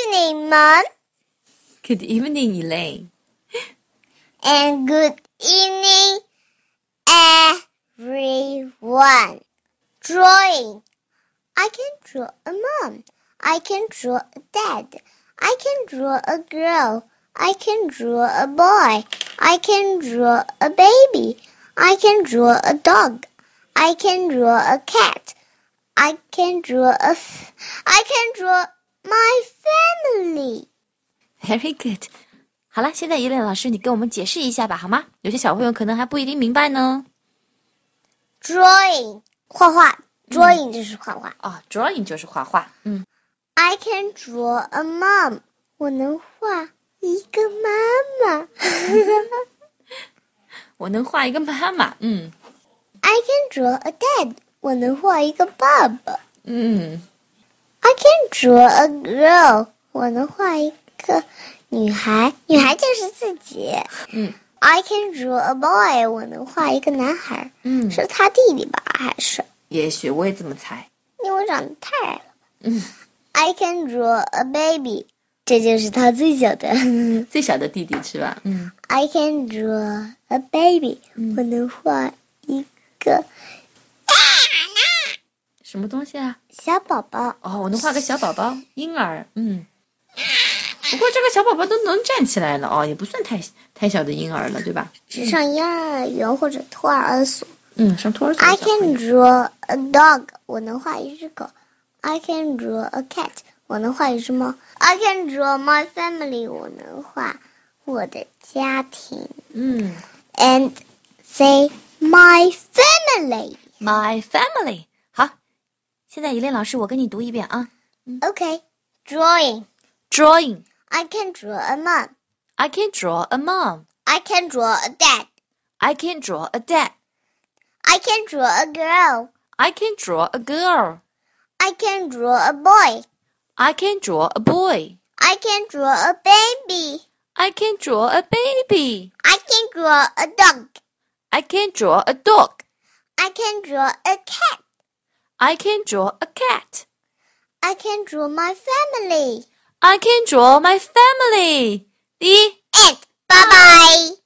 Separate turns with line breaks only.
Simon,
Good evening, Elaine.
and good evening, everyone. Drawing. I can draw a mom. I can draw a dad. I can draw a girl. I can draw a boy. I can draw a baby. I can draw a dog. I can draw a cat. I can draw a. F- I can draw my family.
Very good. 好了，现在伊磊老师，你给我们解释一下吧，好吗？有些小朋友可能还不一定明白呢。
drawing 画画，drawing 就是画画。
啊、d r a w i n g 就是画画。嗯
I can draw a mom，我能画一个妈妈。
我能画一个妈妈。嗯
I can draw a dad，我能画一个爸爸。
嗯
I can draw a girl，我能画一个女孩，女孩就是自己。
嗯
I can draw a boy，我能画一个男孩，
嗯，
是他弟弟吧？还是
也许我也这么猜。
因为我长得太矮了
嗯，
？I can draw a baby，这就是他最小的。
最小的弟弟是吧？嗯
I can draw a baby，、我
嗯，
能画一个
什么东西啊？
小宝宝。
哦，我能画个小宝宝，婴儿。嗯，不过这个小宝宝都能站起来了哦，也不算太太小的婴儿了，对吧？
只上幼儿园或者托儿所。
嗯，上托儿所的
I
小朋友。
can draw a dog，我能画一只狗。I can draw a cat，我能画一只猫。I can draw my family，我能画我的家庭。
嗯
And say my family.
，My family。好，现在一类老师，我跟你读一遍啊。
Okay, drawing.
Drawing.
I can draw a mom.
I can draw a mom.
I can draw a dad.
I can draw a dad.
I can draw a girl.
I can draw a girl.
I can draw a boy.
I can draw a boy.
I can draw a baby.
I can draw a baby.
I can draw a dog.
I can draw a dog.
I can draw a cat.
I can draw a cat.
I can draw my family.
I can draw my family. 第一。
And bye bye.